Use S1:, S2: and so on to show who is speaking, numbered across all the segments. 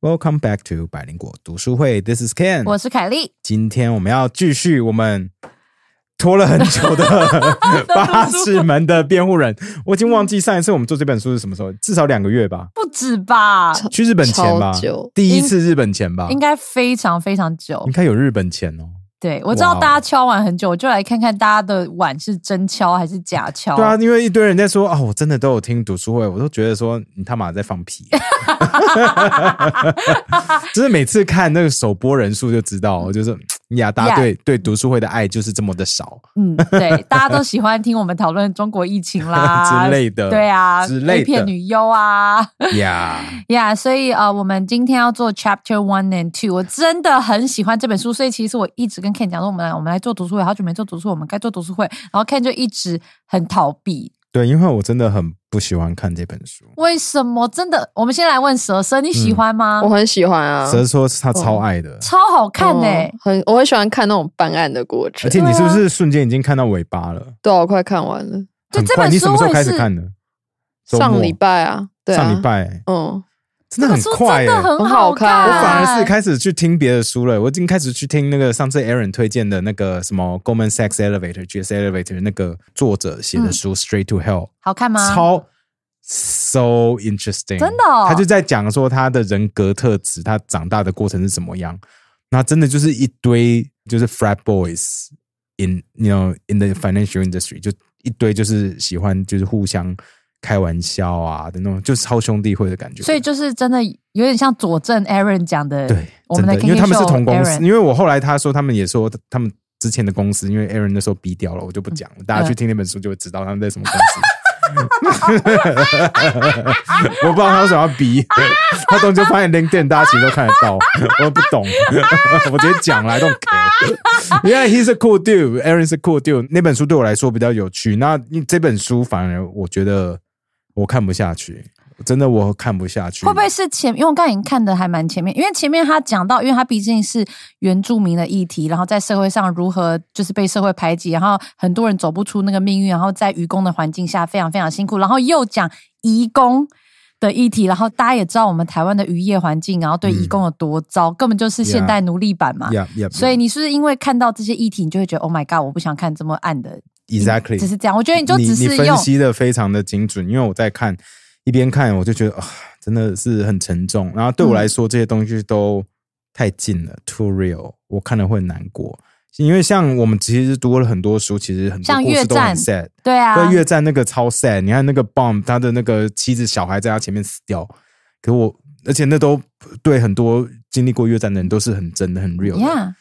S1: Welcome back to 百灵果读书会，This is Ken。
S2: 我是凯莉，
S1: 今天我们要继续我们拖了很久 的八尺门的辩护人。我已经忘记上一次我们做这本书是什么时候，至少两个月吧，
S2: 不止吧？
S1: 去日本前吧
S3: 超久，
S1: 第一次日本前吧，
S2: 应该非常非常久
S1: 应。该有日本前哦。
S2: 对，我知道
S1: 嗯哇哦
S2: 大家敲碗很久，我就来看看大家的碗是真敲还是假敲。
S1: 对啊，因为一堆人在说啊，我真的都有听读书会，我都觉得说你他妈在放屁， 就是每次看那个首播人数就知道，我就是嗯呀，大家
S2: Yeah
S1: 对对读书会的爱就是这么的少。
S2: 嗯，对， 大家都喜欢听我们讨论中国疫情啦
S1: 之类的
S2: 对啊，
S1: 之类的
S2: A 片女优啊，
S1: 呀，
S2: 呀、所以呃，我们今天要做 Chapter One and Two，我真的很喜欢这本书，所以其实我一直跟 Ken 讲说，我们来我们来做读书会，好久没做读书会，我们该做读书会，然后 Ken 就一直很逃避，
S1: 对，因为我真的很不喜欢看这本书。
S2: 为什么？真的，我们先来问蛇蛇，你喜欢吗？
S3: 我很喜欢啊，
S1: 蛇说他超爱的，
S2: 哦超好看欸呢、
S3: 嗯很我很喜欢看那种办案的过
S1: 哦而
S3: 程。
S1: 且你是
S2: 啊
S1: 不是瞬间已经看到尾巴了？
S3: 对啊，我快看完了，
S2: 就
S1: 很
S2: 这
S1: 快，
S2: 本
S1: 你什么时候
S2: 书会
S1: 开始
S2: 是
S1: 看的？周末
S3: 上礼、拜啊，对啊，
S1: 上礼，拜，
S3: 嗯，
S1: 真的很
S2: 这本书
S1: 快、欸，
S2: 真的很
S3: 很
S2: 好
S3: 好看
S1: 我
S2: 看。
S1: 反而是开始去听别的书了，我已经开始去听那个上次 Aaron 推荐的那个什么 Goldman Sachs Elevator GS Elevator 那个作者写
S2: 嗯
S1: 的书 Straight to Hell，、
S2: 好看吗？
S1: 超 so interesting，
S2: 真的哦
S1: 他就在讲说他的人格特质，他长大的过程是怎么样。那真的就是一堆就是 frat boys in you know in the financial industry，就一堆就是喜欢就是互相开玩笑啊的那种，就是超兄弟会的感觉。
S2: 所以就是真的有点像佐证 Aaron 讲的，
S1: 对，
S2: 我
S1: 真
S2: 们
S1: 的，
S2: 的
S1: 因为他们是
S2: KK
S1: 同
S2: show
S1: 公司。
S2: Aaron
S1: 因为我后来他说他们也说他们之前的公司，因为 Aaron 那时候逼掉了，我就不讲了。
S2: 嗯
S1: 大家去听那本书就会知道他们在什么公司。 我不知道他为什么要逼，他东西就发现 LinkedIn 大家其实都看得到，我不懂， 我直接讲来 don't care。Yeah, he's a cool dude. Aaron 是 cool dude。那本书对我来说比较有趣，那这本书反而我觉得我看不下去，真的我看不下去。
S2: 会不会是前？因为我刚才已经看的还蛮前面，因为前面他讲到，因为他毕竟是原住民的议题，然后在社会上如何就是被社会排挤，然后很多人走不出那个命运，然后在愚公的环境下非常非常辛苦，然后又讲移工。的议题，然后大家也知道我们台湾的渔业环境，然后对
S1: 嗯
S2: 移工有多糟，根本就是现代奴隶版嘛。
S1: Yeah, yeah, yeah.
S2: 所以你是不是因为看到这些议题，你就会觉得 Oh my God，我不想看这么暗的
S1: Exactly，
S2: 只是这样。我觉得你就只
S1: 你
S2: 是
S1: 分
S2: 用
S1: 析的非常的精准，因为我在看一边看，我就觉得啊，真的是很沉重。然后对
S2: 嗯
S1: 我来说，这些东西都太近了，too real，我看了会很难过。因为像我们其实读了很多书，其实很多
S2: 像
S1: 故事都
S2: 越
S1: 很
S2: 战
S1: sad。
S2: 对啊，
S1: 对，越战那个超 sad，你看那个 bomb，他的那个妻子小孩在他前面死掉，可我而且那都对很多经历过越战的人都是很真的、很 real 的。
S2: yeah。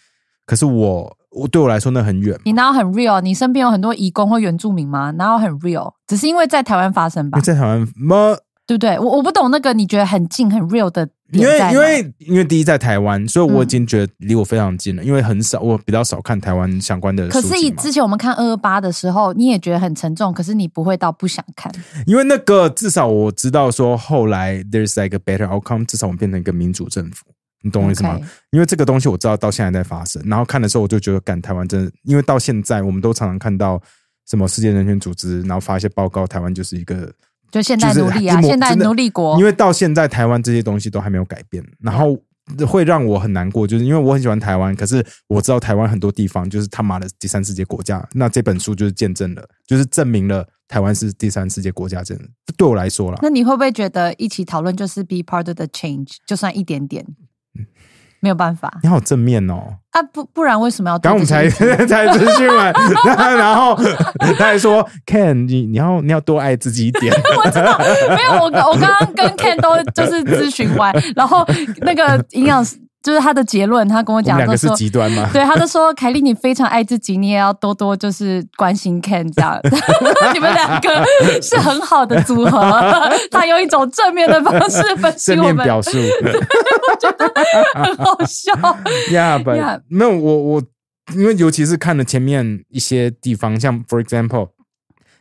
S1: 可是我我对我来说那很远嘛，
S2: 你哪有很 real？你身边有很多移工或原住民吗？哪有很 real？只是因为在台湾发生
S1: 因
S2: 吧
S1: 为，在台湾么？
S2: 对不对？我我不懂那个你觉得很近很 real 的
S1: 因
S2: 点
S1: 为
S2: 在哪
S1: 因为因为第一在台湾，所以我已
S2: 嗯
S1: 经觉得离我非常近了，因为很少我比较少看台湾相关的书
S2: 可是以
S1: 籍嘛。
S2: 之前我们看二二八的时候，你也觉得很沉重，可是你不会到不想看。
S1: 因为那个至少我知道说后来 there's like a better outcome，至少我们变成一个民主政府，你懂我意思吗
S2: OK
S1: 因为这个东西我知道到现在在发生，然后看的时候我就觉得，干台湾真的，因为到现在我们都常常看到什么世界人权组织，然后发一些报告，台湾就是一个
S2: 就现代奴隶
S1: 就是一哎
S2: 啊，
S1: 模
S2: 现代奴隶国
S1: 因，为到现在台湾这些东西都还没有改变，然后会让我很难过，就是因为我很喜欢台湾，可是我知道台湾很多地方就是他妈的第三世界国家，那这本书就是见证了，就是证明了台湾是第三世界国家，真的对我来说啦，
S2: 那你会不会觉得一起讨论就是 be part of the change，就算一点点，
S1: 嗯
S2: 没有办法
S1: 你好正面哦。
S2: 啊？不不然为什么要
S1: 刚
S2: 做
S1: 刚我们
S2: 这些
S1: 才
S2: 议题？
S1: 才资讯完，然后他还说 Ken，你你要你要多爱自己一点。
S2: 我知道，没有我我刚刚跟 Ken 都就是咨询完，然后那个营养师就是他的结论，他跟我
S1: 我们
S2: 讲
S1: 两
S2: 就
S1: 个是
S2: 说。
S1: 极端嘛？
S2: 对，他就说：“凯莉，你非常爱自己，你也要多多就是关心 Ken 这样。 你们两个是很好的组合，他用一种正面的方式分析
S1: 正
S2: 我
S1: 面
S2: 们，
S1: 表述。
S2: 很好笑。
S1: Yeah, but
S2: Yeah.
S1: 没有我我，因为尤其是看了前面一些地方，像 for example，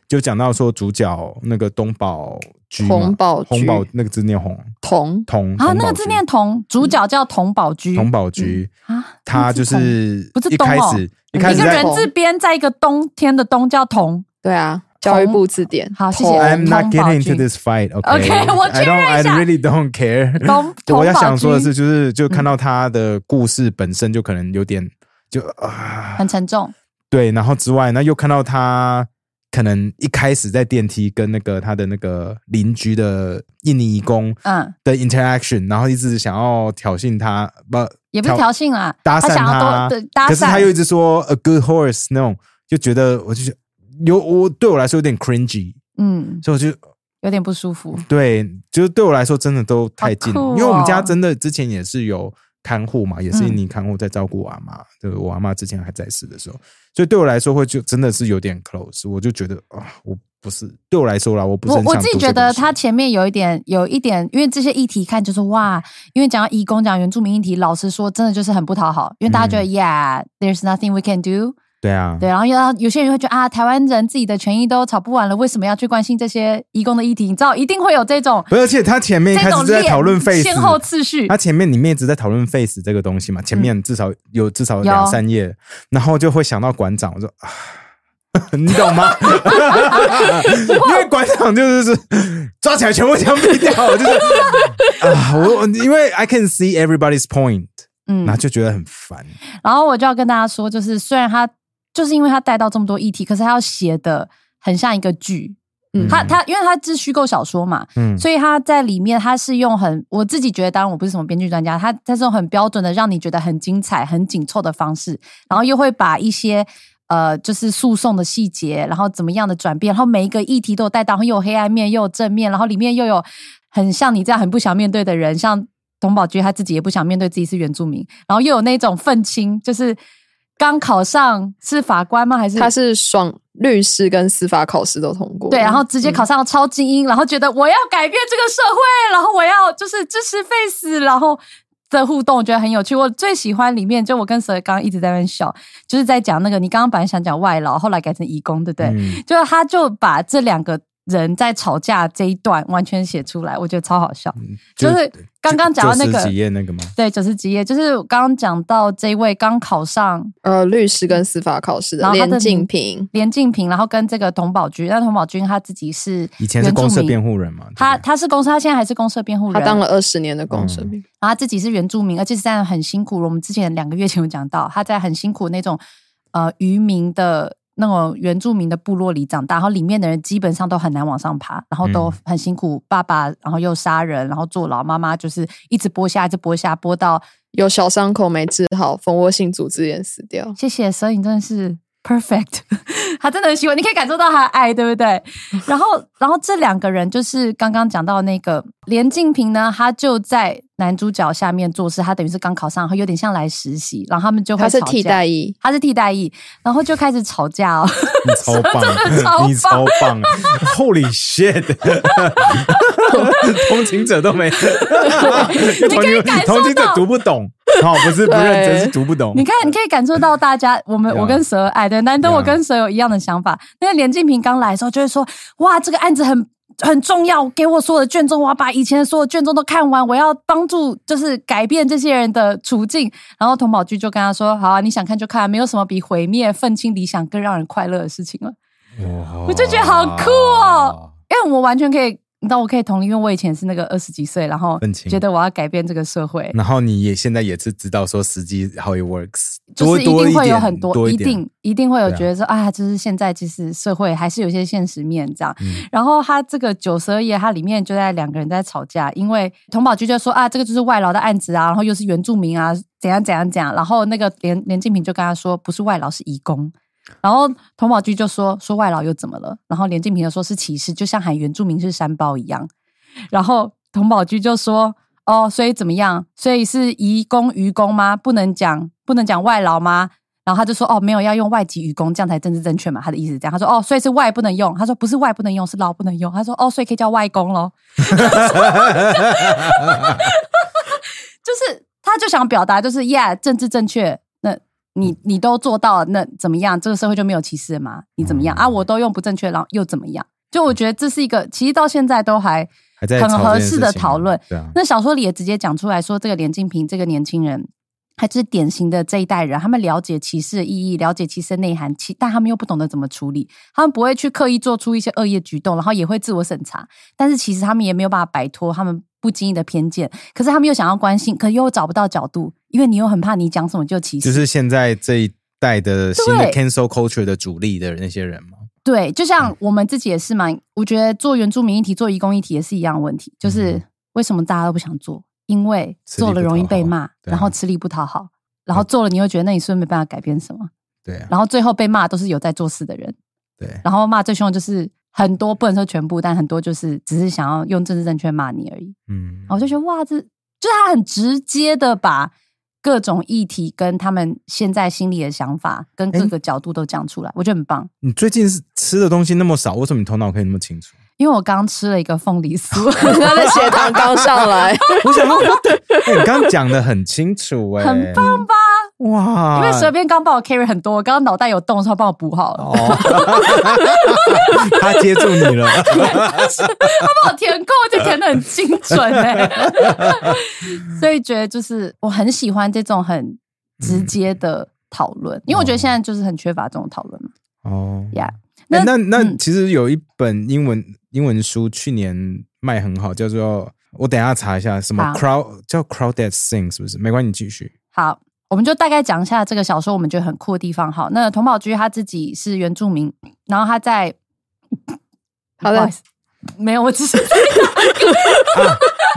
S1: 就讲到说主角那个东宝居嘛
S3: 红宝居
S1: 红宝那个字念红
S3: 同
S1: 铜
S2: 啊，
S1: 铜
S2: 那
S1: 宝
S2: 个
S1: 居
S2: 字念童，主角叫童宝驹
S1: 铜宝居，
S2: 啊，
S1: 他就
S2: 那个字
S1: 是
S2: 不是
S1: 一
S2: 东
S1: 开
S2: 哦
S1: 始一开始
S2: 童一个
S1: 在
S2: 人字边，在一个冬天的冬叫童，
S3: 对啊，教育部字典，
S2: 好，谢谢。
S1: I'm not
S2: 童宝
S1: getting into
S2: 君
S1: this fight. Okay,
S2: Okay，我
S1: I don't. I
S2: 确认一下
S1: really don't care.
S2: 童童
S1: 我要
S2: 宝嗯
S1: 想说的是，
S2: 君
S1: 就是就看到他的故事本身就可能有点就啊，
S2: 很沉重，
S1: 对，然后之外，那又看到他可能一开始在电梯跟那个他的那个邻居的印尼移工
S2: 嗯，
S1: 的 interaction，然后一直想要挑衅他，不
S2: 也不是挑衅啦，
S1: 搭
S2: 他
S1: 讪
S2: 想要多对搭讪，
S1: 可是他又一直说 a good horse 那种，就觉得我就觉得有我对我来说有点 cringy，
S2: 嗯
S1: 所以我就
S2: 有点不舒服，
S1: 对，就是对我来说真的都太近了，
S2: 好酷哦
S1: 因为我们家真的之前也是有看护嘛，也是印尼看护在照顾我阿
S2: 嗯
S1: 妈，就是我阿妈之前还在世的时候，所以对我来说会就真的是有点 close，我就觉得啊，我不是对我来说啦，我不是
S2: 我
S1: 很
S2: 我
S1: 想
S2: 自己
S1: 读
S2: 觉
S1: 这本
S2: 得
S1: 书
S2: 他前面有一点，有一点，因为这些议题看就是哇，因为讲到移工，讲原住民议题，老实说，真的就是很不讨好，因为大家觉
S1: 嗯
S2: 得、Yeah，there's nothing we can do，
S1: 对啊，
S2: 对，然后要有些人会觉得啊，台湾人自己的权益都吵不完了，为什么要去关心这些移工的议题？你知道，一定会有这种
S1: 不是而且他前面一
S2: 这
S1: 开始
S2: 种
S1: 就在
S2: 链
S1: 讨论 face，
S2: 先后次序
S1: 他，前面里面一直在讨论 face 这个东西嘛，前面至少有至少有
S2: 嗯有
S1: 两三页，然后就会想到馆长，我说啊。 你懂 吗？因为馆长就是是抓起来全部枪毙掉，就是 啊，我我因为 I can see everybody's point，
S2: 嗯
S1: 然后就觉得很烦。
S2: 然后我就要跟大家说，就是虽然他就是因为他带到这么多议题，可是他要写的很像一个剧。
S3: 嗯
S2: 他他因为他是虚构小说嘛，
S1: 嗯，
S2: 所以他在里面他是用很我自己觉得，当然我不是什么编剧专家，他他是用很标准的让你觉得很精彩、很紧凑的方式，然后又会把一些。呃，就是诉讼的细节，然后怎么样的转变，然后每一个议题都有带到，又有黑暗面，又有正面，然后里面又有很像你这样很不想面对的人，像董宝驹他自己也不想面对自己是原住民，然后又有那种愤青，就是刚考上是法官吗？还是
S3: 他是双律师跟司法考试都
S1: 嗯
S3: 通过，
S2: 对，然后直接考上了超精英，然后觉得我要改变这个社会，然后我要就是支持 Face，然后的互动我觉得很有趣。我最喜欢里面就我跟蛇刚一直在那边笑，就是在讲那个你刚刚本来想讲外劳，后来改成义工，对不对？
S1: 嗯
S2: 就是他就把这两个人在吵架这一段完全写出来，我觉得超好笑。就是刚刚讲到
S1: 嗯
S2: 那
S1: 九
S2: 个
S1: 十几页那个吗？
S2: 对，九十几页，就是我刚刚讲到这位刚考上
S3: 呃，律师跟司法考试
S2: 然
S3: 的
S2: 后他的
S3: 连静平，
S2: 连晋平，然后跟这个童宝军，那童宝军他自己是
S1: 以前是
S2: 原住
S1: 公社
S2: 民
S1: 辩护人嘛，
S2: 他
S1: 对不
S2: 他是公司，他现在还是公社辩护人，
S3: 他当了二十年的公
S1: 嗯
S3: 社兵，
S2: 然后他自己是原住民，而且是在很辛苦。我们之前两个月前有讲到，他在很辛苦那种呃渔民的那种原住民的部落里长大，然后里面的人基本上都很难往上爬，然后都
S1: 嗯
S2: 很辛苦。爸爸然后又杀人，然后坐牢，妈妈就是一直剥虾，一直剥虾，剥到
S3: 有小伤口没治好，蜂窝性组织炎死掉。
S2: 谢谢，所以你真的是 perfect，他 真的很喜欢，你可以感受到他的爱，对不对？ 然后，然后这两个人就是刚刚讲到那个连静平呢，他就在男主角下面做事，他等于是刚考上，他有点像来实习，然后他们就会
S3: 他是
S2: 吵架
S3: 替 代，役，
S2: 他是替代役，然后就开始吵架哦。
S1: 你超
S2: 真的超
S1: 棒，
S2: 棒
S1: 你超棒，Holy shit！同情者都没，同
S2: 可以感
S1: 情
S2: 受到
S1: 同情者读不懂，好，不是不
S3: 对
S1: 认真，是读不懂
S2: 你。看，你可以感受到大家，我们
S1: Yeah.
S2: 我跟蛇哎，对，难得
S1: Yeah.
S2: 我跟蛇有一样的想法。那个连静平刚来的时候，就会说：“哇，这个案子很很重要，给我所有的卷宗，我要把以前的所有卷宗都看完，我要帮助就是改变这些人的处境。”然后童宝驹就跟他说：“好啊，你想看就看，没有什么比毁灭愤青理想更让人快乐的事情了。”
S1: 哇
S2: 我就觉得好酷哦！因为我完全可以。你知道我可以同意，因为我以前是那个二十几岁，然后
S1: 愤青
S2: 觉得我要改变这个社会，
S1: 然后你也现在也是知道说实际 how it works，
S2: 就
S1: 多
S2: 是一定会有很
S1: 多
S2: 多，
S1: 多
S2: 一
S1: 点
S2: 定一定会有
S1: 对啊
S2: 觉得说啊，就是现在其实社会还是有一些现实面这样。
S1: 嗯
S2: 然后他这个九十二页，它里面就在两个人在吵架，因为童宝驹就说啊，这个就是外劳的案子啊，然后又是原住民啊，怎样怎样怎样。然后那个连连静平就跟他说，不是外劳是移工。然后童宝驹就说说外劳又怎么了？然后连静平就说是歧视，就像喊原住民是山包一样。然后童宝驹就说哦，所以怎么样？所以是移工渔工吗？不能讲不能讲外劳吗？然后他就说：“哦，没有要用外籍渔工，这样才政治正确嘛。”他的意思是这样。他说：“哦，所以是外不能用。”他说：“不是外不能用，是劳不能用。”他说：“哦，所以可以叫外公咯。 就是他就想表达，就是 yeah，政治正确。那你你都做到了，那怎么样？这个社会就没有歧视了吗？你怎么样啊？我都用不正确，然后又怎么样？就我觉得这是一个，其实到现在都还
S1: 还在
S2: 很
S1: 吵
S2: 合
S1: 这件
S2: 适
S1: 事
S2: 的
S1: 情
S2: 讨论
S1: 对啊，
S2: 那小说里也直接讲出来说，这个连静平这个年轻人，他就是典型的这一代人，他们了解歧视的意义，了解歧视的内涵，其但他们又不懂得怎么处理，他们不会去刻意做出一些恶意的举动，然后也会自我审查，但是其实他们也没有办法摆脱他们不经意的偏见，可是他们又想要关心，可又找不到角度，因为你又很怕你讲什么就歧
S1: 就
S2: 视，
S1: 是现在这一代的新的
S2: 对
S1: cancel culture 的主力的那些人嘛。
S2: 对，就
S1: 嗯
S2: 像我们自己也是嘛，我觉得做原住民议题、做移工议题也是一样的问题，就是
S1: 嗯
S2: 为什么大家都不想做？因为
S1: 吃力
S2: 做了
S1: 不
S2: 容易
S1: 讨
S2: 被
S1: 好
S2: 骂，
S1: 对
S2: 然
S1: 啊嗯
S2: 后吃力不讨好，然后做了你会觉得那你是不是没办法改变什么，
S1: 对啊，
S2: 然后最后被骂都是有在做事的人，
S1: 对，
S2: 然后骂最凶的就是很多不能说全部，但很多就是只是想要用政治正确骂你而已。
S1: 嗯
S2: 然，后我就觉得哇，这就是他很直接的把各种议题跟他们现在心里的想法跟各
S1: 诶
S2: 个角度都讲出来，我觉得很棒。
S1: 你最近是吃的东西那么少，为什么你头脑可以那么清楚？
S2: 因为我刚吃了一个凤梨酥，
S3: 他的血糖刚上来，
S1: 我想说， 哎你刚刚讲的很清楚，哎，
S2: 很棒吧？
S1: 哇！
S2: 因为随便刚帮我 carry 很多，我刚刚脑袋有洞的时候帮我补好了，
S1: 哦， 他接住你了，
S2: 帮我填空就填的很精准 哎、所以觉得就是我很喜欢这种很直接的讨论，
S1: 嗯
S2: 因为我觉得现在就是很缺乏这种讨论嘛。
S1: 哦，
S2: 呀、
S1: 哎
S2: 那
S1: 那那
S2: 嗯
S1: 其实有一本英文英文书，去年卖很好，叫做我等一下查一下什么
S2: 好
S1: crowd 叫 crowded thing 是不是？没关系，你继续。
S2: 好，我们就大概讲一下这个小说我们觉得很酷的地方。好，那童宝驹他自己是原住民，然后他在
S3: 好
S2: 不
S3: 的
S2: 好意，思没有，我只是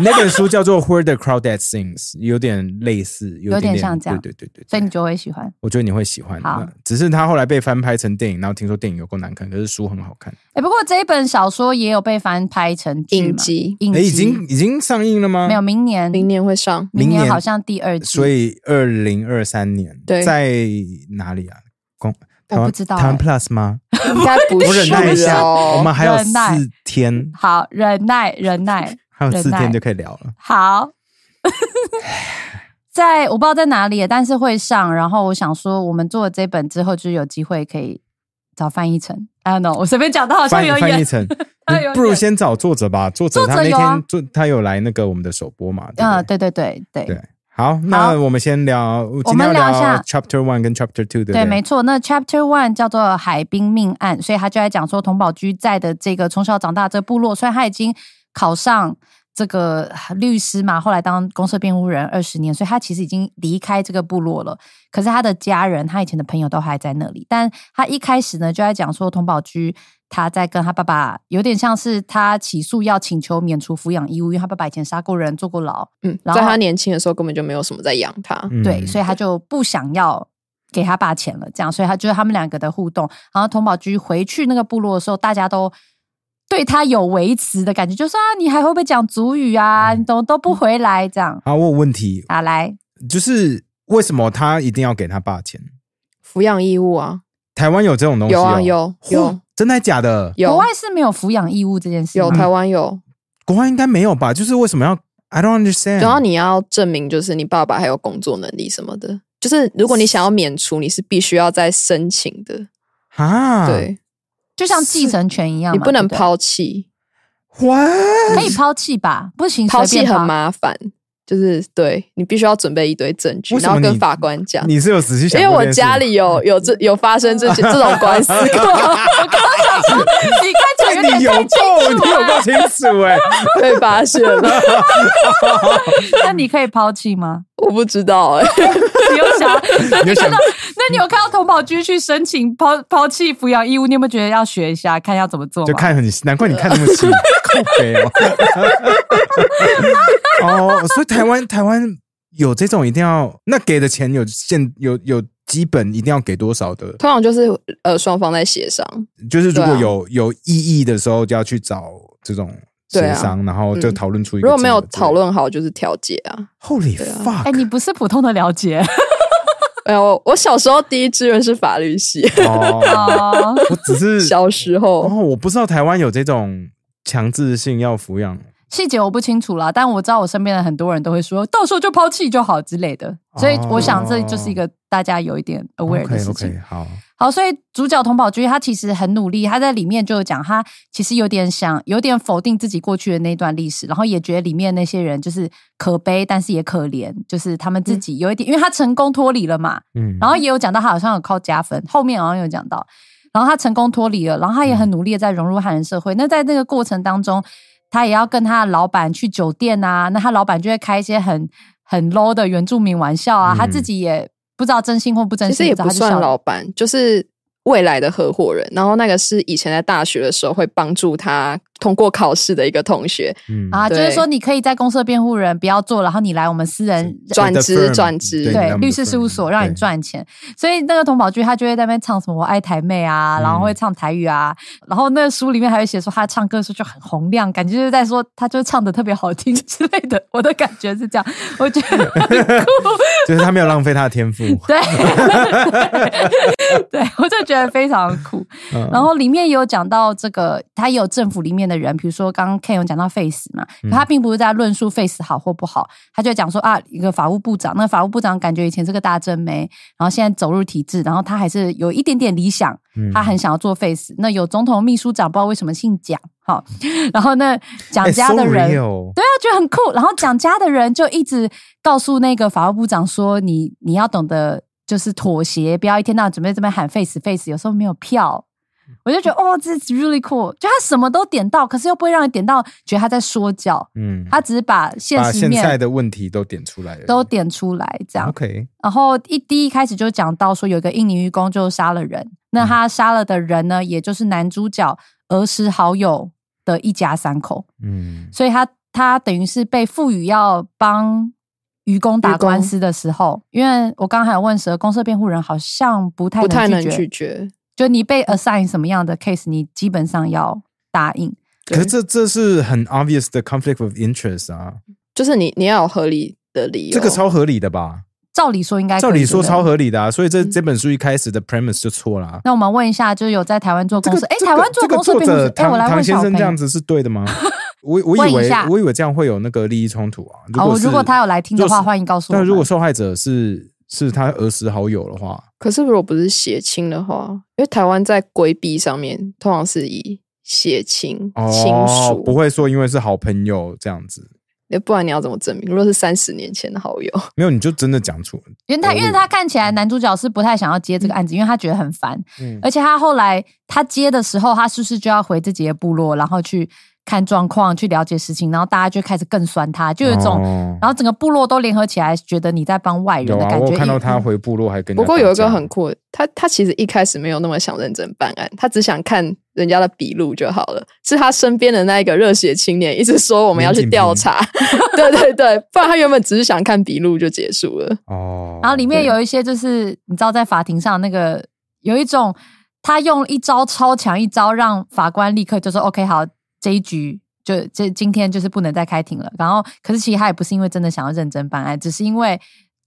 S1: 那本书叫做 Where the crowded things，有点类似，有
S2: 有点
S1: 点
S2: 像这样
S1: 对对对对
S2: 所以你就会喜欢。
S1: 我觉得你会喜欢。
S2: 好
S1: 那只是它后来被翻拍成电影，然后听说电影有够难看，可是书很好看。
S2: 哎、不过这一本小说也有被翻拍成剧嘛
S3: 影，集
S2: 影
S1: 哎，
S2: 集
S1: 已经已经上映了吗？
S2: 没有，明年
S3: 明年会上，
S2: 明
S1: 明年
S2: 好像第二季，
S1: 所以二零二三年
S3: 对
S1: 在哪里啊？公台
S2: 我
S1: 湾
S2: 不知道
S1: 台湾
S2: 欸
S1: Plus 吗？
S3: 应该不
S1: 我忍耐一
S3: 是
S1: 下，我
S3: 哦。
S1: 们还有
S2: 忍耐
S1: 四天，
S2: 好忍耐忍耐
S1: 还有四
S2: 忍耐
S1: 天就可以聊了。
S2: 好。 在我不知道在哪里，但是会上。然后我想说，我们做了这本之后，就是有机会可以找翻译成。I don't know，我随便讲的，好像
S1: 翻译
S2: 有
S1: 翻译
S2: 点
S1: 成，
S2: 哎呦
S1: 你不如先找作者吧。作者
S2: 作者
S1: 他那
S2: 有啊
S1: 天作他有来那个我们的首播嘛？对
S2: 嗯，
S1: 不对
S2: 对对对对
S1: 对。好，那我们先聊，今天要
S2: 聊一下
S1: Chapter One 跟 Chapter Two 的。
S2: 对，没错。那 Chapter One 叫做《海滨命案》，所以他就在讲说，童宝驹在的这个从小长大的这个部落，虽然他已经考上这个呃律师嘛，后来当公社辩护人二十年，所以他其实已经离开这个部落了。可是他的家人，他以前的朋友都还在那里。但他一开始呢，就在讲说，童宝驹他在跟他爸爸有点像是他起诉要请求免除抚养义务，因为他爸爸以前杀过人，坐过牢，
S3: 嗯，
S2: 然
S3: 在
S2: 后
S3: 他年轻的时候根本就没有什么在养他，
S1: 嗯
S2: 对，所以他就不想要给他爸钱了，这样，所以他就是他们两个的互动。然后童宝驹回去那个部落的时候，大家都对他有维持的感觉，就说啊，你还会不会讲族语啊？
S1: 嗯
S2: 你都都不回来这样
S1: 好，我有问题
S2: 啊？来，
S1: 就是为什么他一定要给他爸钱？
S3: 抚养义务啊，
S1: 台湾有这种东西哦、
S3: 有啊有
S1: 嚯
S3: 有，
S1: 真的还假的？
S2: 国
S3: 有
S2: 外是没有抚养义务这件
S1: 嗯
S2: 事吗，
S3: 有台湾有，
S1: 国外应该没有吧？就是为什么要？I don't understand。
S3: 然后你要证明就是你爸爸还有工作能力什么的，就是如果你想要免除，你是必须要再申请的，
S1: 啊，
S3: 对
S2: 就像继承权一样嘛，
S3: 你不能
S2: 对对，
S3: 抛弃，
S1: ，What？
S3: 哎
S2: 可以抛弃吧？不行，
S3: 抛
S2: 随
S3: 弃
S2: 便
S3: 很麻烦，就是对你必须要准备一堆证据，
S1: 为什
S3: 然
S1: 么
S3: 后跟
S1: 你
S3: 法官讲。
S1: 你是有仔细
S3: 因
S1: 想？
S3: 为我家，里有有这有发生这些这种 官司过，
S2: 我刚刚想说，你看起来有
S1: 哎，
S2: 点
S1: 你有够，
S2: 太清
S1: 你
S2: 楚
S1: 有
S2: 了
S1: 够清楚哎、
S3: 被 发现了，
S2: 那你可以抛弃吗？
S3: 我不知道哎、
S2: 你有想，那
S1: 你有
S2: 你看
S1: 想
S2: 到，那你有看到童宝驹去申请抛抛弃抚养义务，你有没有觉得要学一下，看要怎么做吗？
S1: 就看很，难怪你看那么 细，靠北哦。 哦，所以台湾台湾有这种一定要，那给的钱有限，有有基本一定要给多少的？
S3: 通常就是呃双方在协商，
S1: 就是如
S3: 对
S1: 果
S3: 啊
S1: 有、有异议的时候，就要去找这种协
S3: 对啊
S1: 商，然后就
S3: 嗯
S1: 讨论出一个。
S3: 如果没有讨，论好就是调解啊。
S1: Holy
S3: 对啊
S1: fuck！、
S2: 哎、你不是普通的了解
S3: 哎呀，我我小时候第一志愿是法律系，
S1: 哦，
S2: 哦，
S1: 我只是哦
S3: 小时候
S1: 哦，我不知道台湾有这种强制性要抚养
S2: 细节我不清楚啦，但我知道我身边的很多人都会说，到时候就抛弃就好之类的，
S1: 哦
S2: 所以我想这就是一个大家有一点 aware 的
S1: OK
S2: 事情。
S1: OK，好，
S2: 好，所以主角童宝驹他其实很努力，他在里面就有讲，他其实有点想，有点否定自己过去的那段历史，然后也觉得里面那些人就是可悲，但是也可怜，就是他们自己有一点，因为他成功脱离了嘛，
S1: 嗯，
S2: 然后也有讲到他好像有靠加分，后面好像有讲到，然后他成功脱离了，然后他也
S3: 嗯
S2: 很努力的在融入汉人社会。那在那个过程当中，他也要跟他的老板去酒店啊，那他老板就会开一些很很 low 的原住民玩笑啊，
S1: 嗯
S2: 他自己也不知道真心或不真
S3: 其
S2: 心，
S3: 实也
S2: 你知道
S3: 不
S2: 他就笑
S3: 算
S2: 了
S3: 老板，就是未来的合伙人。然后那个是以前在大学的时候会帮助他通过考试的一个同学，
S1: 嗯
S2: 啊，就
S3: 对
S2: 是说你可以在公司的辩护人不要做，然后你来我们私人
S3: 转
S1: 对
S3: 职
S1: the firm，
S3: 转职
S1: 对
S2: 对
S1: number
S2: 律师事务所
S1: firm，
S2: 让你
S1: 对
S2: 赚钱，所以那个童宝驹他就会在那边唱什么“我爱台妹”啊，
S1: 嗯
S2: 然后会唱台语啊，然后那个书里面还会写说他唱歌的时候就很洪亮，感觉就是在说他就唱的特别好听之类的。我的感觉是这样，我觉得很酷，
S1: 就是他没有浪费他的 天赋，
S2: 对，对我就觉得非常酷。
S1: 嗯
S2: 然后里面也有讲到这个，他也有政府里面的人，比如说刚刚 Ken 有讲到 Face 嘛，
S1: 嗯
S2: 可他并不是在论述 Face 好或不好，他就讲说啊，一个法务部长，那法务部长感觉以前是个大正妹，然后现在走入体制，然后他还是有一点点理想，
S1: 嗯
S2: 他很想要做 Face。那有总统秘书长，不知道为什么姓蒋，哈，然后那蒋
S1: 哎
S2: 家
S1: so
S2: 的人。
S1: real
S2: 对啊，觉得很酷。然后蒋家的人就一直告诉那个法务部长说：“你你要懂得就是妥协，不要一天到晚准备这边喊 face face，有时候没有票。”我就觉
S1: 嗯
S2: 得哦，这 is really cool，就他什么都点到，可是又不会让你点到觉得他在说教，
S1: 嗯，
S2: 他只是把现
S1: 把
S2: 实
S1: 现在
S2: 面
S1: 的问题都点出来了，
S2: 都点出来这样。
S1: OK，
S2: 然后一第一开始就讲到说，有一个印尼渔工就杀了人，那
S1: 嗯
S2: 他杀了的人呢，也就是男主角儿时好友的一家三口。
S1: 嗯
S2: 所以他他等于是被赋予要帮愚公打官司的时候，因为我刚才有问蛇公社辩护人好像不太
S3: 不太能
S2: 拒绝，
S3: 拒绝。
S2: 就你被 assign 什么样的 case，你基本上要答应。
S1: 可是这这是很 obvious 的 conflict of interest 啊，
S3: 就是你你要有合理的理由，
S1: 这个超合理的吧？
S2: 照理说应该可以
S1: 照理说
S2: 对不对
S1: 超合理的啊，所以这
S3: 嗯
S1: 这本书一开始的 premise 就错了啊。
S2: 那我们问一下，就是有在台湾做
S1: 这
S2: 公
S1: 个
S2: 司，哎、
S1: 这个
S2: 台湾做
S1: 这个
S2: 公司
S1: 作
S2: 辩护
S1: 者
S2: 人，哎，我
S1: 唐
S2: 来
S1: 唐
S2: 问
S1: 先
S2: 小
S1: 生
S2: 朋
S1: 这样
S2: 友。
S1: 子是对 的吗？我我以
S2: 问一
S1: 为
S2: 下
S1: 我以为这样会有那个利益冲突啊。如
S2: 哦
S1: 果，是
S2: 如果他有来听的
S1: 如
S2: 话，
S1: 果是
S2: 欢迎告诉我
S1: 但
S2: 们。
S1: 如果受害者是是他儿时好友的话，
S3: 可是如果不是血亲的话，因为台湾在规避上面通常是以血亲、亲
S1: 哦
S3: 属，，
S1: 不会说因为是好朋友这样子，
S3: 那不然你要怎么证明？如果是三十年前的好友，
S1: 没有你就真的讲出，
S2: 因为
S1: 呃
S2: 他因为他看起来男主角是不太想要接
S3: 嗯
S2: 这个案子，因为他觉得很烦，
S1: 嗯
S2: 而且他后来他接的时候，他是不是就要回自己的部落，然后去看状况，去了解事情，然后大家就开始更酸他，就有一种，
S1: 哦
S2: 然后整个部落都联合起来，觉得你在帮外人
S1: 有
S2: 的
S1: 啊，
S2: 感
S1: 我
S2: 觉。
S1: 有看到
S2: 一嗯
S1: 他回部落还跟人家
S3: 不过有一个
S1: 打架
S3: 很酷的，他他其实一开始没有那么想认真办案，他只想看人家的笔录就好了。是他身边的那一个热血青年一直说我们要去调查， 对对对，不然他原本只是想看笔录就结束了。
S1: 哦，
S2: 然后里面有一些就是你知道在法庭上那个有一种他用一招超强一招让法官立刻就说 OK 好这一局就这今天就是不能再开庭了。然后可是其实他也不是因为真的想要认真办案，只是因为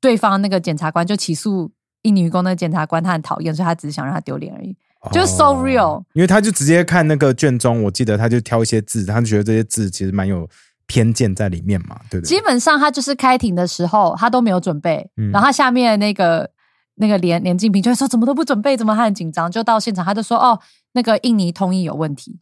S2: 对方那个检察官就起诉印尼渔工那个检察官他很讨厌，所以他只是想让他丢脸而已。就是 so
S1: 哦
S2: real
S1: 因为他就直接看那个卷宗，我记得他就挑一些字，他就觉得这些字其实蛮有偏见在里面嘛，对不
S2: 基
S1: 对？
S2: 本上他就是开庭的时候他都没有准备，
S1: 嗯
S2: 然后他下面那个那个连连静平就会说怎么都不准备，怎么他很紧张，就到现场他就说哦那个印尼通译有问题，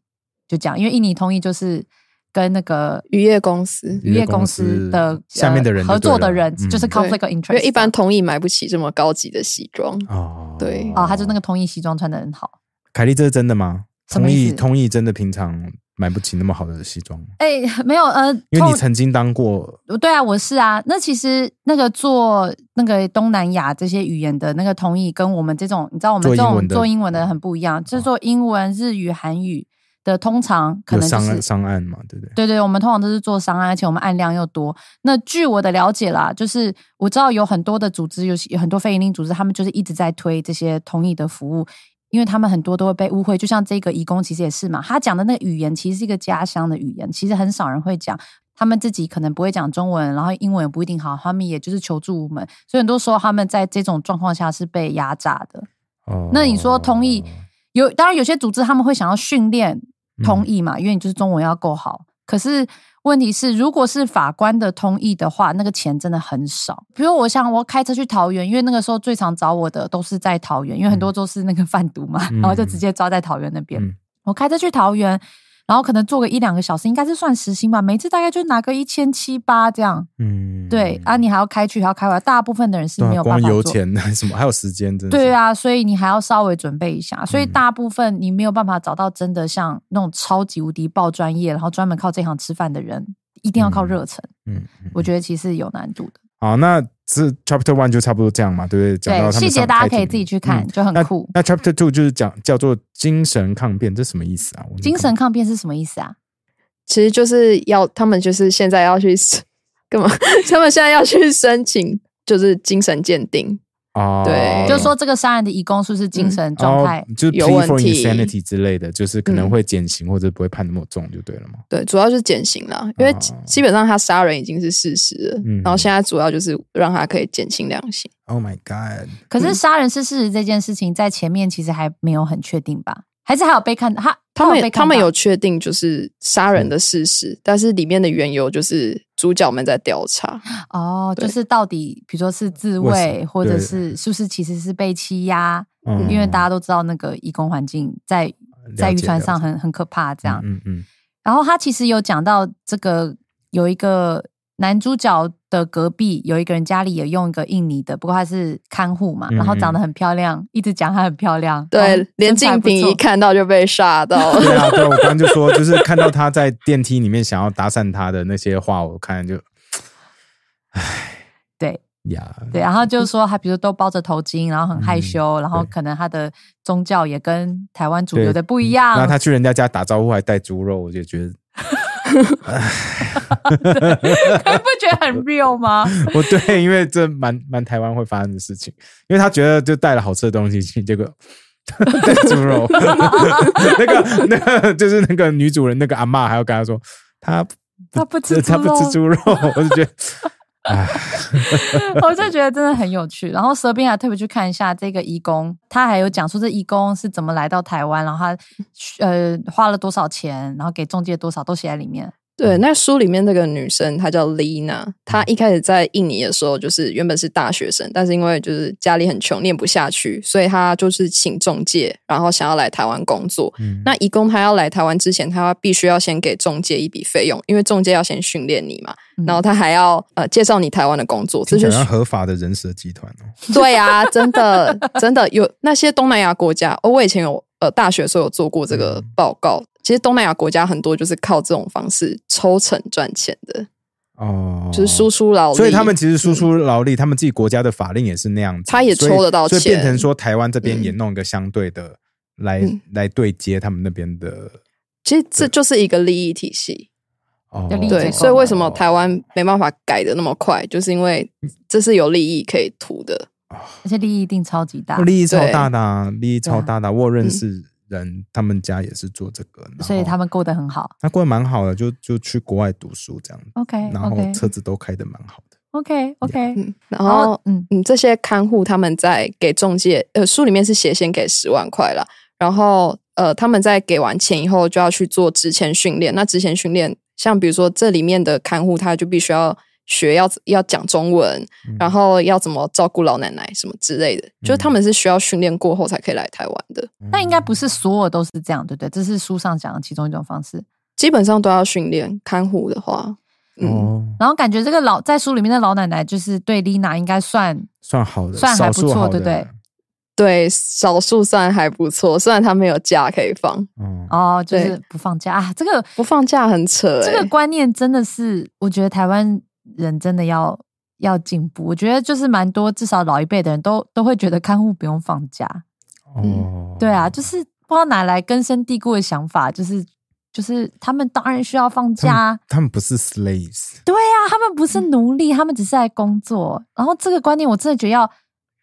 S2: 就这样，因为印尼通译就是跟那个
S3: 渔业公司，
S2: 渔业公司的呃
S1: 下面的人就对了
S2: 合作的人
S1: 嗯
S2: 就是 conflict of interest，
S3: 因为一般同意买不起这么高级的西装。
S1: 哦，
S3: 对
S2: 哦，他就那个通译西装穿的很好，
S1: 凯莉，这是真的吗？
S2: 什么
S1: 同
S2: 意
S1: 意
S2: 思
S1: 同意，真的平常买不起那么好的西装，
S2: 哎没有呃，
S1: 因为
S2: 通
S1: 你曾经当过
S2: 对啊，我是啊。那其实那个做那个东南亚这些语言的那个同译，跟我们这种你知道我们
S1: 做
S2: 这
S1: 英文
S2: 种
S1: 的嗯哦
S2: 做英文的很不一样，就是做英文、日语、韩语的，通常可
S1: 有
S2: 能就
S1: 上
S2: 是
S1: 岸上岸嘛，对不对？
S2: 对对，我们通常都是做商案，而且我们案量又多。那据我的了解啦，就是我知道有很多的组织，有有很多非营利组织，他们就是一直在推这些同意的服务，因为他们很多都会被误会。就像这个义工其实也是嘛，他讲的那个语言其实是一个家乡的语言，其实很少人会讲。他们自己可能不会讲中文，然后英文也不一定好，他们也就是求助无门，所以很多时候他们在这种状况下是被压榨的。
S1: 哦，
S2: 那你说同意有，当然有些组织他们会想要训练
S1: 嗯
S2: 通译嘛，因为你就是中文要够好。可是问题是，如果是法官的同意的话，那个钱真的很少。比如我想我开车去桃园，因为那个时候最常找我的都是在桃园，因为很多都是那个贩毒嘛，
S1: 嗯
S2: 然后就直接抓在桃园那边。
S1: 嗯
S2: 我开车去桃园，然后可能坐个一两个小时，应该是算时薪吧，每次大概就拿个一千七八这样。
S1: 嗯，
S2: 对、啊，你还要开去，还要开回来，大部分的人是
S1: 对啊
S2: 没有办
S1: 光
S2: 法
S1: 油
S2: 做。
S1: 钱什么，还有时间，真的是
S2: 对，啊，所以你还要稍微准备一下。所以
S1: 嗯
S2: 大部分你没有办法找到真的像那种超级无敌爆专业，然后专门靠这行吃饭的人，一定要靠
S1: 嗯
S2: 热忱。
S1: 嗯，嗯
S2: 我觉得其实有难度的。
S1: 好，那这 Chapter One 就差不多这样嘛，对不对？讲到
S2: 对，
S1: 他们
S2: 细节
S1: 上
S2: 大家
S1: 开
S2: 可以
S1: 庭
S2: 自己去看，
S1: 嗯
S2: 就很
S1: 那
S2: 酷。
S1: 那 Chapter Two 就是讲叫做精神抗辩，这什么意思啊？我没
S2: 精神
S1: 看
S2: 抗辩是什么意思啊？
S3: 其实就是要他们就是现在要去 干嘛？他们现在要去申请就是精神鉴定，
S1: 过哦，
S3: 对
S2: 就是说这个杀人的疑供是不是精
S3: 嗯
S2: 神状态？
S1: 哦、就是
S3: 有
S1: plea
S3: 问
S1: for
S3: 题
S1: insanity 之类的，就是可能
S3: 嗯
S1: 会减刑或者不会判那么重，就对了嘛。
S3: 对，主要就是减刑啦，因为基
S1: 哦
S3: 基本上他杀人已经是事实了，
S1: 嗯
S3: 然后现在主要就是让他可以减轻量刑。
S1: Oh my god！
S2: 可是
S3: 嗯
S2: 杀人是事实这件事情，在前面其实还没有很确定吧？还是还有被看他
S3: 他
S2: 有
S3: 们
S2: 哦被
S3: 他
S2: 看
S3: 们
S2: 到
S3: 有确定就是杀人的事实，但是里面的缘由就是主角们在调查，
S2: 哦，就
S3: 对
S2: 是到底比如说是自
S1: 为什
S2: 卫，或
S1: 对
S2: 者是是不是其实是被欺压？
S1: 嗯
S2: 因为大家都知道那个义工环境在
S1: 了解
S2: 在渔船上
S1: 了解
S2: 很很可怕，这样。
S1: 嗯嗯
S2: 然后他其实有讲到这个有一个男主角的隔壁有一个人家里也用一个印尼的，不过他是看护嘛，然后
S1: 嗯
S2: 长得很漂亮，一直讲她很漂亮，
S3: 对，
S2: 然后
S3: 连
S2: 哦身材
S3: 静
S2: 不
S3: 平
S2: 错
S3: 一看到就被吓到
S1: 嗯，
S3: 了。
S1: 对啊，对啊，我刚刚就说，就是看到他在电梯里面想要搭讪他的那些话，我看就
S2: 对
S1: 呀，
S2: 对，然后就是说他比如都包着头巾，然后很害
S1: 嗯
S2: 羞，然后
S1: 对
S2: 可能他的宗教也跟台湾主
S1: 对
S2: 流的不一样，
S1: 然后 他去人家家打招呼还带猪肉，我就觉得，
S2: 你不觉得 很 real 吗？
S1: 我对，因为这蛮蛮台湾会发生的事情，因为他觉得就带了好吃的东西去，结 果带猪肉， 那个那个就是那个女主人那个阿嬷还要跟他说，他
S2: 他不吃
S1: 他
S2: 猪
S1: 不吃猪
S2: 肉
S1: 肉，我就觉 得，哎，
S2: 我就觉得真的很有趣。然后蛇兵还特别去看一下这个义工，他还有讲述这义工是怎么来到台湾，然后他呃花了多少钱，然后给中介多少都写在里面。
S3: 对，那书里面这个女生她叫 Lina，她
S1: 嗯
S3: 一开始在印尼的时候，就是原本是大学生，但是因为就是家里很穷，念不下去，所以她就是请中介，然后想要来台湾工作。
S1: 嗯
S3: 那移工她要来台湾之前，她要必须要先给中介一笔费用，因为中介要先训练你嘛，
S2: 嗯
S3: 然后他还要呃介绍你台湾的工作，这
S1: 听起
S3: 就
S1: 来
S3: 是
S1: 像合法的人蛇集团哦，
S3: 对啊，真的真的有那些东南亚国家，哦，我以前有呃大学的时候有做过这
S1: 嗯
S3: 个报告。其实东南亚国家很多就是靠这种方式抽成赚钱的，
S1: 哦，
S3: 就是输出劳力。嗯
S1: 所以他们其实输出劳力，他们自己国家的法令也是那样子，
S3: 他也抽得到
S1: 所以所以变
S3: 钱
S1: 成说台湾这边也弄一个相对的来
S3: 嗯
S1: 来对接他们那边的。
S3: 其实这就是一个利益体系。
S1: 哦
S2: 就利益结
S3: 对，
S2: 构
S3: 所以为什么台湾没办法改的那么快，就是因为这是有利益可以图的。
S2: 而且利益一定超级大，
S1: 哦利益超大的、啊，利益超大的啊、我有认识人，他们家也是做这个，然后
S2: 嗯所以他们过得很好。
S1: 他过得蛮好的，就就去国外读书这样，
S2: 哦 OK
S1: 然后
S2: OK
S1: 车子都开得蛮好的。
S2: OK OK，
S3: 嗯，然
S2: 然后
S3: 后
S2: 嗯
S3: 嗯，这些看护他们在给中介，呃，书里面是写先给十万块啦，然后呃，他们在给完钱以后就要去做职前训练。那职前训练，像比如说这里面的看护，他就必须要学要要讲中文，
S1: 嗯
S3: 然后要怎么照顾老奶奶什么之类的，就是他们是需要训练过后才可以来台湾的，
S2: 那应该不是所有都是这样，对不对？这是书上讲的其中一种方式。
S3: 基本上都要训练看护的话，嗯，
S1: 哦，
S2: 然后感觉这个老在书里面的老奶奶，就是对丽娜应该算
S1: 算好的，
S2: 算还
S1: 少
S2: 不
S1: 数
S2: 错
S1: 好
S2: 对不对
S1: 的？
S3: 对，少数算还不错，虽然他没有假可以放，
S1: 嗯，
S2: 哦，就是
S3: 对
S2: 不放假啊。这个
S3: 不放假很扯、欸，
S2: 这个观念真的是，我觉得台湾人真的要要进步。我觉得就是蛮多，至少老一辈的人都都会觉得看护不用放假。
S1: 哦，
S2: 对啊，就是不知道哪来根深蒂固的想法，就是就是他们当然需要放假啊。
S1: 他们不嗯是 slaves，
S2: 对啊，他们不是奴隶，他们只是在工作。然后这个观念我真的觉得要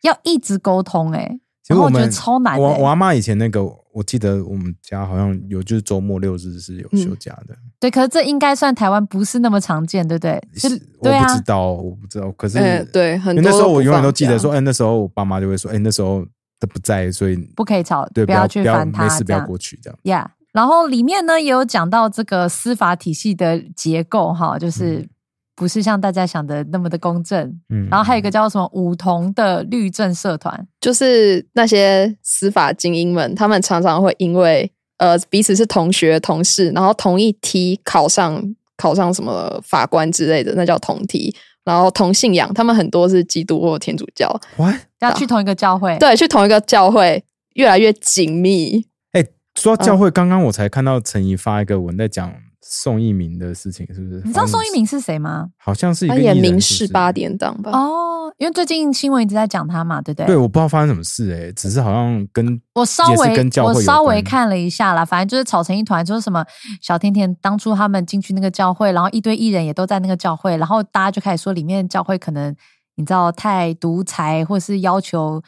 S2: 要一直沟通哎、欸
S1: 其实
S2: 然后
S1: 我
S2: 我觉
S1: 们
S2: 得超难的、
S1: 我我
S2: 欸。
S1: 阿妈以前那个，我记得我们家好像有，就是周末六日是有
S3: 嗯
S1: 休假的。
S2: 对，可是这应该算台湾不是那么常见，对不对？是
S1: 是，我
S2: 对啊呃
S1: 不知道，我不知道。可是，
S3: 嗯对很
S1: 因为那
S3: 多
S1: 时候
S3: 都
S1: 我
S3: 不
S1: 永远都
S3: 放
S1: 记得
S3: 假
S1: 说，哎，那时候我爸妈就会说，哎，那时候他不在，所以
S2: 不可以吵，
S1: 对，
S2: 不
S1: 要
S2: 去
S1: 不要
S2: 烦他，
S1: 没事不
S2: 这
S1: 要
S2: 样
S1: 过去这样。
S2: 呀。Yeah, 然后里面呢也有讲到这个司法体系的结构哈，就是不是像大家想的那么的公正。
S1: 嗯
S2: 然后还有一个叫什么五同的律政社团，
S3: 就是那些司法精英们，他们常常会因为呃彼此是同学同事，然后同一梯考上考上什么法官之类的，那叫同梯。然后同信仰，他们很多是基督或天主教，
S1: 哇，
S2: 要去同一个教会。
S3: 对，去同一个教会越来越紧密。
S1: 哎说
S2: 嗯
S1: 到教会，刚刚我才看到陈怡发一个文在讲宋一鸣的事情，是不是？
S2: 你知道宋一鸣是谁吗？
S1: 好像是一
S3: 他
S1: 个艺
S3: 演
S1: 人
S3: 《明
S1: 是
S3: 示
S1: 不是
S3: 八点档》吧？
S2: 哦，因为最近新闻一直在讲他嘛，对不对？
S1: 对，我不知道发生什么事哎、只是好像跟
S2: 我稍
S1: 也
S2: 微
S1: 是跟教会有
S2: 我
S1: 关
S2: 稍微看了一下啦，反正就是吵成一团，就是什么小甜甜当初他们进去那个教会，然后一堆艺人也都在那个教会，然后大家就开始说里面教会可能你知道太独裁，或是要求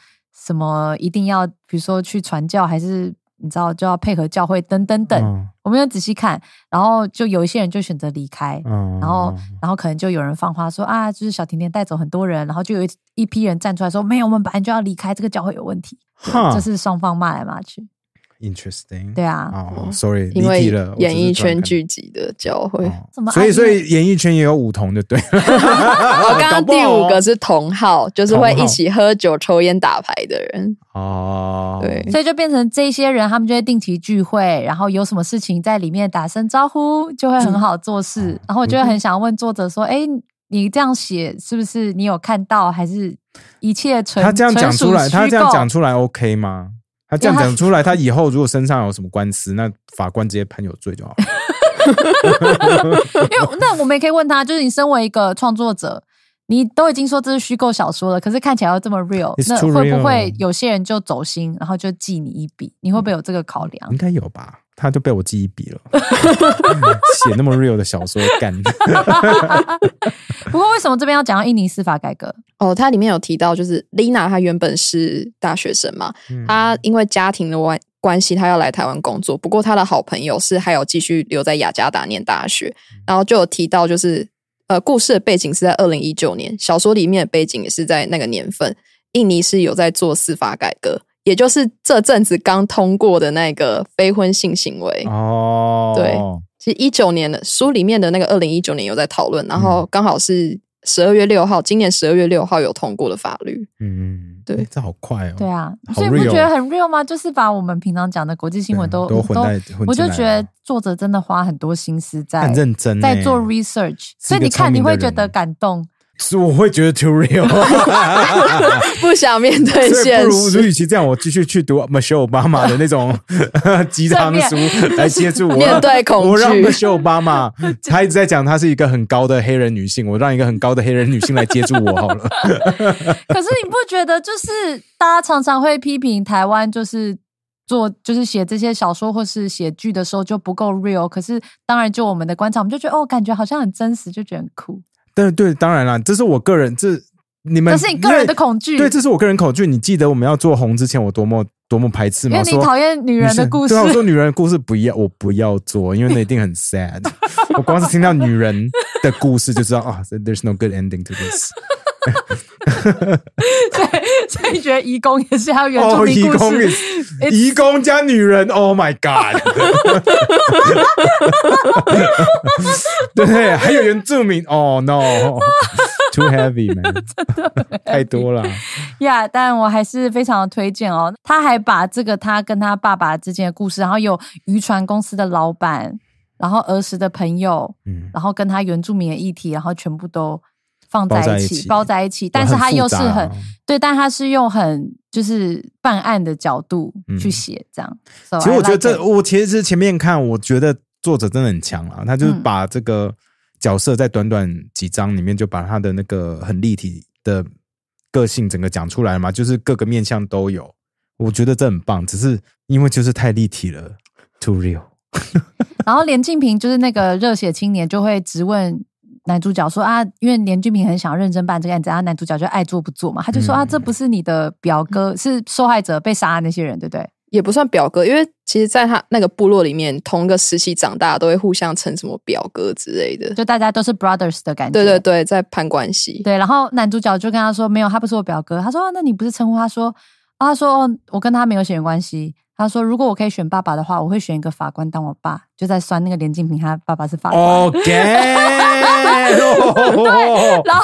S2: 什么一定要，比如说去传教，还是你知道就要配合教会等等等。
S1: 嗯
S2: 我没有仔细看，然后就有一些人就选择离开，
S1: 嗯，
S2: 然后，然后可能就有人放话说啊，就是小甜甜带走很多人，然后就有一一批人站出来说，没有，我们本来就要离开，这个教会有问题，
S1: 哈
S2: 就是双方骂来骂去，
S1: interesting，
S2: 对啊，
S1: 哦
S3: 嗯
S1: ，sorry，离
S3: 因
S1: 题
S3: 为
S1: 了，我只是
S3: 演艺
S1: 突然
S3: 圈
S1: 看
S3: 聚集的教会，
S1: 哦
S2: 怎么
S1: 所以
S2: 爱
S1: 所
S2: 恋
S1: 以演艺圈也有五同的， 对。
S3: 我
S1: 我
S3: 刚刚第五个是同号，就是会一起喝酒、抽烟、打牌的人。
S1: 哦，
S3: 对，
S2: 所以就变成这些人，他们就会定期聚会，然后有什么事情在里面打声招呼，就会很好做事。
S1: 嗯
S2: 然后我就会很想问作者说，哎、你这样写是不是你有看到，还是一切纯
S1: 他这样讲出来，
S2: 纯属虚
S1: 他
S2: 构
S1: 这样讲出来 OK 吗？他这样讲出来，他以后如果身上有什么官司，那法官直接判有罪就好了。
S2: 因为那我们也可以问他，就是你身为一个创作者，你都已经说这是虚构小说了，可是看起来又这么 real，
S1: It's
S2: 那
S1: too
S2: 会不会
S1: real
S2: 有些人就走心，然后就记你一笔？你会不会有这个考量
S1: 应？该有吧？他就被我记一笔 了，写那么 real 的小说干。
S2: 不过为什么这边要讲到印尼司法改革？
S3: 哦，它里面有提到，就是 Lina 她原本是大学生嘛，
S1: 嗯
S3: 她因为家庭的关关系，她要来台湾工作。不过她的好朋友是还有继续留在雅加达念大学，然后就有提到，就是呃，故事的背景是在二零一九年，小说里面的背景也是在那个年份。印尼是有在做司法改革，也就是这阵子刚通过的那个非婚性行为。
S1: 哦，
S3: 对其实一九年的书里面的那个二零一九年有在讨论，然后刚好是十二月六号，今年十二月六号有通过的法律。
S1: 嗯，
S3: 对
S1: 诶这好快哦。
S2: 对啊，
S1: 好
S2: 所以不
S1: real 啊
S2: 觉得很 real 吗？就是把我们平常讲的国际新闻都
S1: 都混在混进来了
S2: 我就觉得作者真的花很多心思
S1: 他
S2: 在
S1: 很认真欸，
S2: 在做 research，
S1: 是
S2: 所
S1: 一个
S2: 以你看
S1: 聪
S2: 你
S1: 明的
S2: 会
S1: 人
S2: 觉得感动。
S1: 是我会觉得 too real，
S3: 不想面对
S1: 所以
S3: 现
S1: 不如
S3: 实，
S1: 与其这样，我继续去读 Michelle Obama 的那种 鸡汤书来接住我。
S3: 面对恐惧
S1: 啊我让 Michelle Obama，她一直在讲她是一个很高的黑人女性，我让一个很高的黑人女性来接住我好了。
S2: 可是你不觉得，就是大家常常会批评台湾，就是做就是写这些小说或是写剧的时候就不够 real。可是当然，就我们的观察，我们就觉得哦，感觉好像很真实，就觉得很酷。
S1: 但对，当然啦，这是我个人，这你们
S2: 这是你个人的恐惧，
S1: 因为对，这是我个人恐惧。你记得我们要做红之前，我多么多么排斥
S2: 因
S1: 吗？
S2: 为你
S1: 说
S2: 讨厌女人的故事
S1: 对啊，。我说女人的故事不要，我不要做，因为那一定很 sad。我光是听到女人的故事就知道啊、there's no good ending to this。
S2: 所以你觉得移工也是要原住
S1: 哦，
S2: 民
S1: 移
S2: 故
S1: 工
S2: 事，
S1: 也移工加女人，Oh my God！对不对，还有原住民，Oh no，too heavy man，太多了。
S2: 呀但我还是非常的推荐哦。他还把这个他跟他爸爸之间的故事，然后有渔船公司的老板，然后儿时的朋友，
S1: 嗯，
S2: 然后跟他原住民的议题，然后全部都放在一起，
S1: 包
S2: 包
S1: 在
S2: 在一起。但是他又是
S1: 很复
S2: 很
S1: 杂哦
S2: 对，但他是用很就是办案的角度去
S1: 嗯
S2: 写这样。So
S1: 其实我
S2: I
S1: 觉得
S2: like
S1: 这，
S2: it
S1: 我其实前面看，我觉得作者真的很强啊，他就是
S2: 嗯
S1: 把这个角色在短短几章里面就把他的那个很立体的个性整个讲出来了嘛，就是各个面相都有，我觉得这很棒，只是因为就是太立体了，too real。
S2: 然后连静平就是那个热血青年，就会质问男主角说啊，因为连静平很想认真办这个案子，然后男主角就爱做不做嘛，他就说、啊，
S1: 嗯
S2: 这不是你的表哥，是受害者被杀的那些人，对不对？
S3: 也不算表哥，因为其实，在他那个部落里面，同一个时期长大，都会互相称什么表哥之类的。
S2: 就大家都是 brothers 的感觉。
S3: 对对对，在攀关系。
S2: 对，然后男主角就跟他说：“没有，他不是我表哥。”他说、啊那你不是称呼他说？”啊、他说、哦我跟他没有血缘关系。”他说，如果我可以选爸爸的话，我会选一个法官当我爸，就在酸那个连静平，他爸爸是法官。
S1: OK，哦
S2: 然后，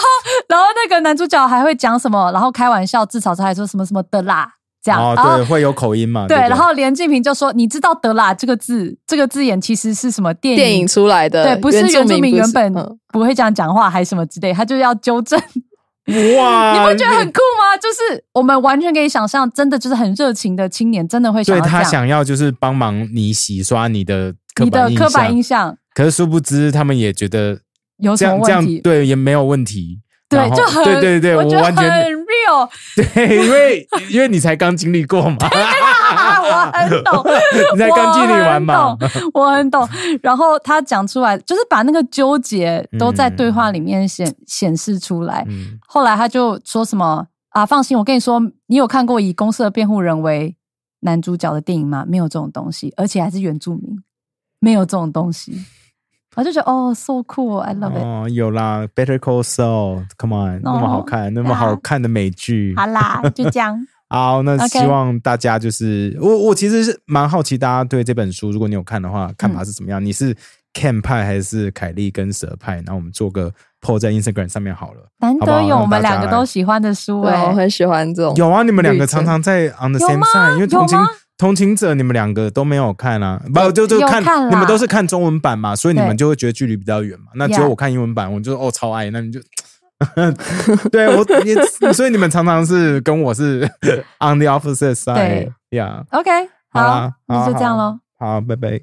S2: 然后那个男主角还会讲什么，然后开玩笑自嘲，他还说什么什么的啦，这样。
S1: 哦，
S2: 然后
S1: 对，会有口音嘛？
S2: 对，
S1: 不
S2: 然后连静平就说：“你知道‘德啦’这个字，这个字眼其实是什么电影？
S3: 电影出来的，
S2: 对，不是原住民
S3: 不
S2: 原
S3: 是
S2: 本
S3: 嗯
S2: 不会这样讲话，还是什么之类，他就要纠 正。
S1: 哇，
S2: 你
S1: 啊
S2: 不觉得很酷吗？就是我们完全可以想象，真的就是很热情的青年，真的会
S1: 所
S2: 想
S1: 以
S2: 要这
S1: 他
S2: 样。
S1: 想要就是帮忙你洗刷你的刻
S2: 你的
S1: 板印
S2: 刻板印
S1: 象，
S2: 象
S1: 可是殊不知他们也觉得
S2: 有
S1: 这
S2: 什么
S1: 样这
S2: 问
S1: 样
S2: 题？
S1: 对也没有问题，然
S2: 对，
S1: 后
S2: 就很
S1: 对对对，我
S2: 我觉得
S1: 完
S2: 很
S1: 全
S2: real
S1: 对，因为 因为你才刚经历 过嘛， ，
S2: 啊，我很懂
S1: 你才刚经历完嘛
S2: 我很懂，我 很懂。然后他讲出来，就是把那个纠结都在对话里面显显示出来。
S1: 嗯，
S2: 后来他就说什么啊，放心，我跟你说，你有看过以公社辩护人为男主角的电影吗？没有这种东西，而且还是原住民，没有这种 东西。我就觉得哦，so cool，I love it。哦
S1: 哦，有啦，Better Call Saul，Come on，那么好看，那么好看的美剧，
S2: 好啦，就这样。
S1: 嗯 好，那
S2: OK
S1: 希望大家就是我，我其实是蛮好奇大家对这本书，如果你有看的话，看法是怎么样？你是 Ken 派还是凯莉跟蛇派？然后我们做个 po 在 Instagram 上面好了。
S2: 难
S1: 好不好
S2: 得有我们两
S1: 让大
S2: 个
S1: 家来
S2: 都喜欢的书
S3: 对
S2: 哎、
S3: 我很喜欢这种。
S1: 有啊，你们两个
S3: 绿色
S1: 常常在 on the
S2: 有
S1: same
S2: 吗
S1: side，因为
S2: 有
S1: 同情
S2: 吗
S1: 同情者，你们两个都没有看啊，不就就
S2: 有
S1: 看
S2: 看啦
S1: 你们都是看中文版嘛，所以你们
S2: 对
S1: 就会觉得距离比较远嘛。那只有
S2: Yeah
S1: 我看英文版，我就哦超爱，那你就。 对我，你所以你们常常是跟我是 on the opposite side，
S2: 对
S1: 呀。Yeah
S2: OK，
S1: 好
S2: 好
S1: 啦，
S2: 那就这
S1: 好
S2: 样喽。。
S1: 好，拜拜。